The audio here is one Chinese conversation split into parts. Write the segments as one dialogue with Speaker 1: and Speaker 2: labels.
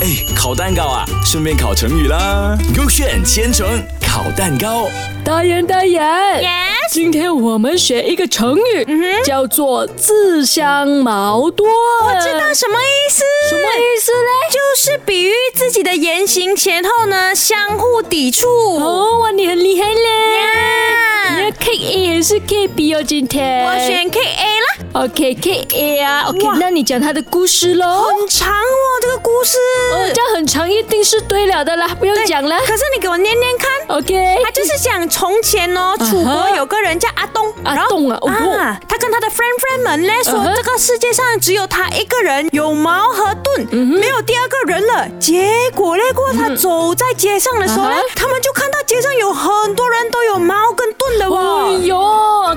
Speaker 1: 哎，烤蛋糕啊，顺便烤成语啦。勾选千层烤蛋糕，
Speaker 2: 大人，大人
Speaker 3: Yes 嗯
Speaker 2: 今天我们学一个成语，叫做自相矛盾。我
Speaker 3: 知道什么意思？
Speaker 2: 什么意思嘞？
Speaker 3: 就是比喻自己的言行前后呢相互抵触。
Speaker 2: 哦，哇，你很厉害嘞！你
Speaker 3: 呀
Speaker 2: 要 K A 还是 K B 哦？今天
Speaker 3: 我选 K A 啦，
Speaker 2: OK K A 啊，OK，
Speaker 3: 哇
Speaker 2: 那你讲他的故事喽。
Speaker 3: 很长哦，这个故事。
Speaker 2: 哦这样很长，一定是对了的啦，哦哎不用
Speaker 3: 对
Speaker 2: 讲了。
Speaker 3: 可是你给我念念看，
Speaker 2: OK，
Speaker 3: 他就是讲从前哦，
Speaker 2: 哼
Speaker 3: 楚国有个人叫阿东，
Speaker 2: 哎啊阿
Speaker 3: 然后
Speaker 2: 东啊哦哟
Speaker 3: 啊，他跟他的 friend friend 们呢
Speaker 2: 嗯
Speaker 3: 说
Speaker 2: 哼，
Speaker 3: 这个世界上只有他一个人有矛和盾，
Speaker 2: 嗯
Speaker 3: 没有第二个人了。结果呢，过后他走在街上的时候呢
Speaker 2: 啊哈，
Speaker 3: 他们就看到街上有很多人都有矛跟盾的
Speaker 2: 哎
Speaker 3: 哦。
Speaker 2: 呦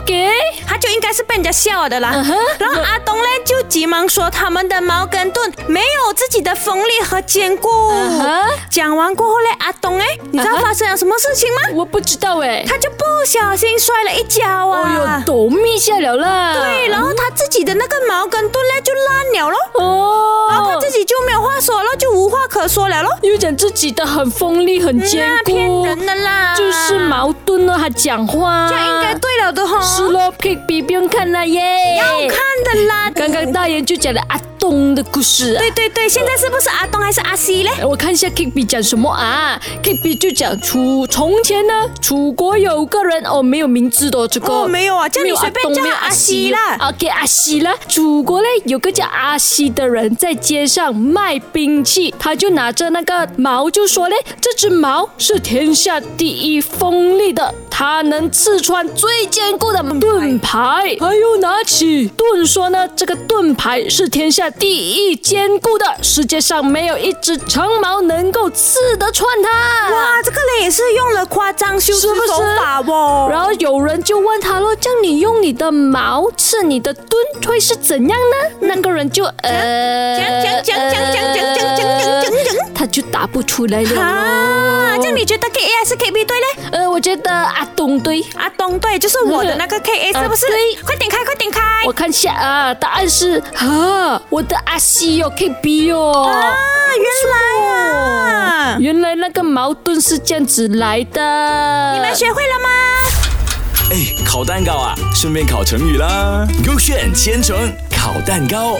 Speaker 2: ，OK，
Speaker 3: 他就应该是被人家笑了的啦
Speaker 2: 嗯哼。
Speaker 3: 然后阿东呢就急忙说，他们的矛跟盾没有自己的锋利和坚固
Speaker 2: 嗯哼。
Speaker 3: 讲完过后呢，阿东哎，你知道
Speaker 2: 嗯哼
Speaker 3: 发生了什么事情吗？
Speaker 2: 我不知道哎。
Speaker 3: 他就不小心摔了一跤
Speaker 2: 哦
Speaker 3: 啊
Speaker 2: 呦，。抖密下了啦。
Speaker 3: 对，然后他自己的那个毛根盾呢就烂了咯，
Speaker 2: 哦，
Speaker 3: 然后他自己就没有话说了，就无话可说了咯。
Speaker 2: 又讲自己的很锋利、很坚
Speaker 3: 那
Speaker 2: 固，
Speaker 3: 骗人的啦，
Speaker 2: 就是，矛盾了，还讲话，啊
Speaker 3: 这样应该对了的哈。
Speaker 2: 是咯，K B 不用看了耶。
Speaker 3: 要看的啦。
Speaker 2: 哎刚刚大爷就讲了阿东的故事啊。
Speaker 3: 对对对，现在是不是阿东还是阿西嘞？
Speaker 2: 我看一下 K B 讲什么啊？K B 就讲楚从前呢，楚国有个人哦，没有名字的哦这个。
Speaker 3: 哦，没有啊，叫
Speaker 2: 没
Speaker 3: 你
Speaker 2: 有
Speaker 3: 随
Speaker 2: 阿
Speaker 3: 便
Speaker 2: 东，
Speaker 3: 叫
Speaker 2: 没有
Speaker 3: 他
Speaker 2: 阿
Speaker 3: 阿西啦。
Speaker 2: OK，阿西啦，楚国嘞有个叫阿西的人在街上卖兵器，他就拿着那个矛就说嘞，这只矛是天下第一锋利的，它能刺穿最坚固的盾牌。还有拿起盾说呢，这个盾牌是天下第一坚固的，世界上没有一只长矛能够刺得穿它。
Speaker 3: 哇，这个人也是用了夸张修
Speaker 2: 是
Speaker 3: 辞
Speaker 2: 不是
Speaker 3: 手法哦。
Speaker 2: 然后有人就问他咯，这样你用你的毛刺你的盾会是怎样呢？那个人就呃，
Speaker 3: 讲讲讲讲讲讲讲讲讲讲讲
Speaker 2: 他就答不出来了
Speaker 3: 啊，
Speaker 2: 咯。
Speaker 3: 这样你觉得 K A 还是 K B 对嘞？
Speaker 2: 呃，我觉得阿东对，
Speaker 3: 阿东，对，就是我的那个 K A，是不是
Speaker 2: 啊对？
Speaker 3: 快点开，快点开！
Speaker 2: 我看一下啊，答案是啊，我的阿西哟，K B 哟。
Speaker 3: 啊，原来啊，
Speaker 2: 原来那个矛盾是这样子来的。
Speaker 3: 你们学会了吗？
Speaker 1: 哎，烤蛋糕啊，顺便烤成语啦。勾选千层烤蛋糕。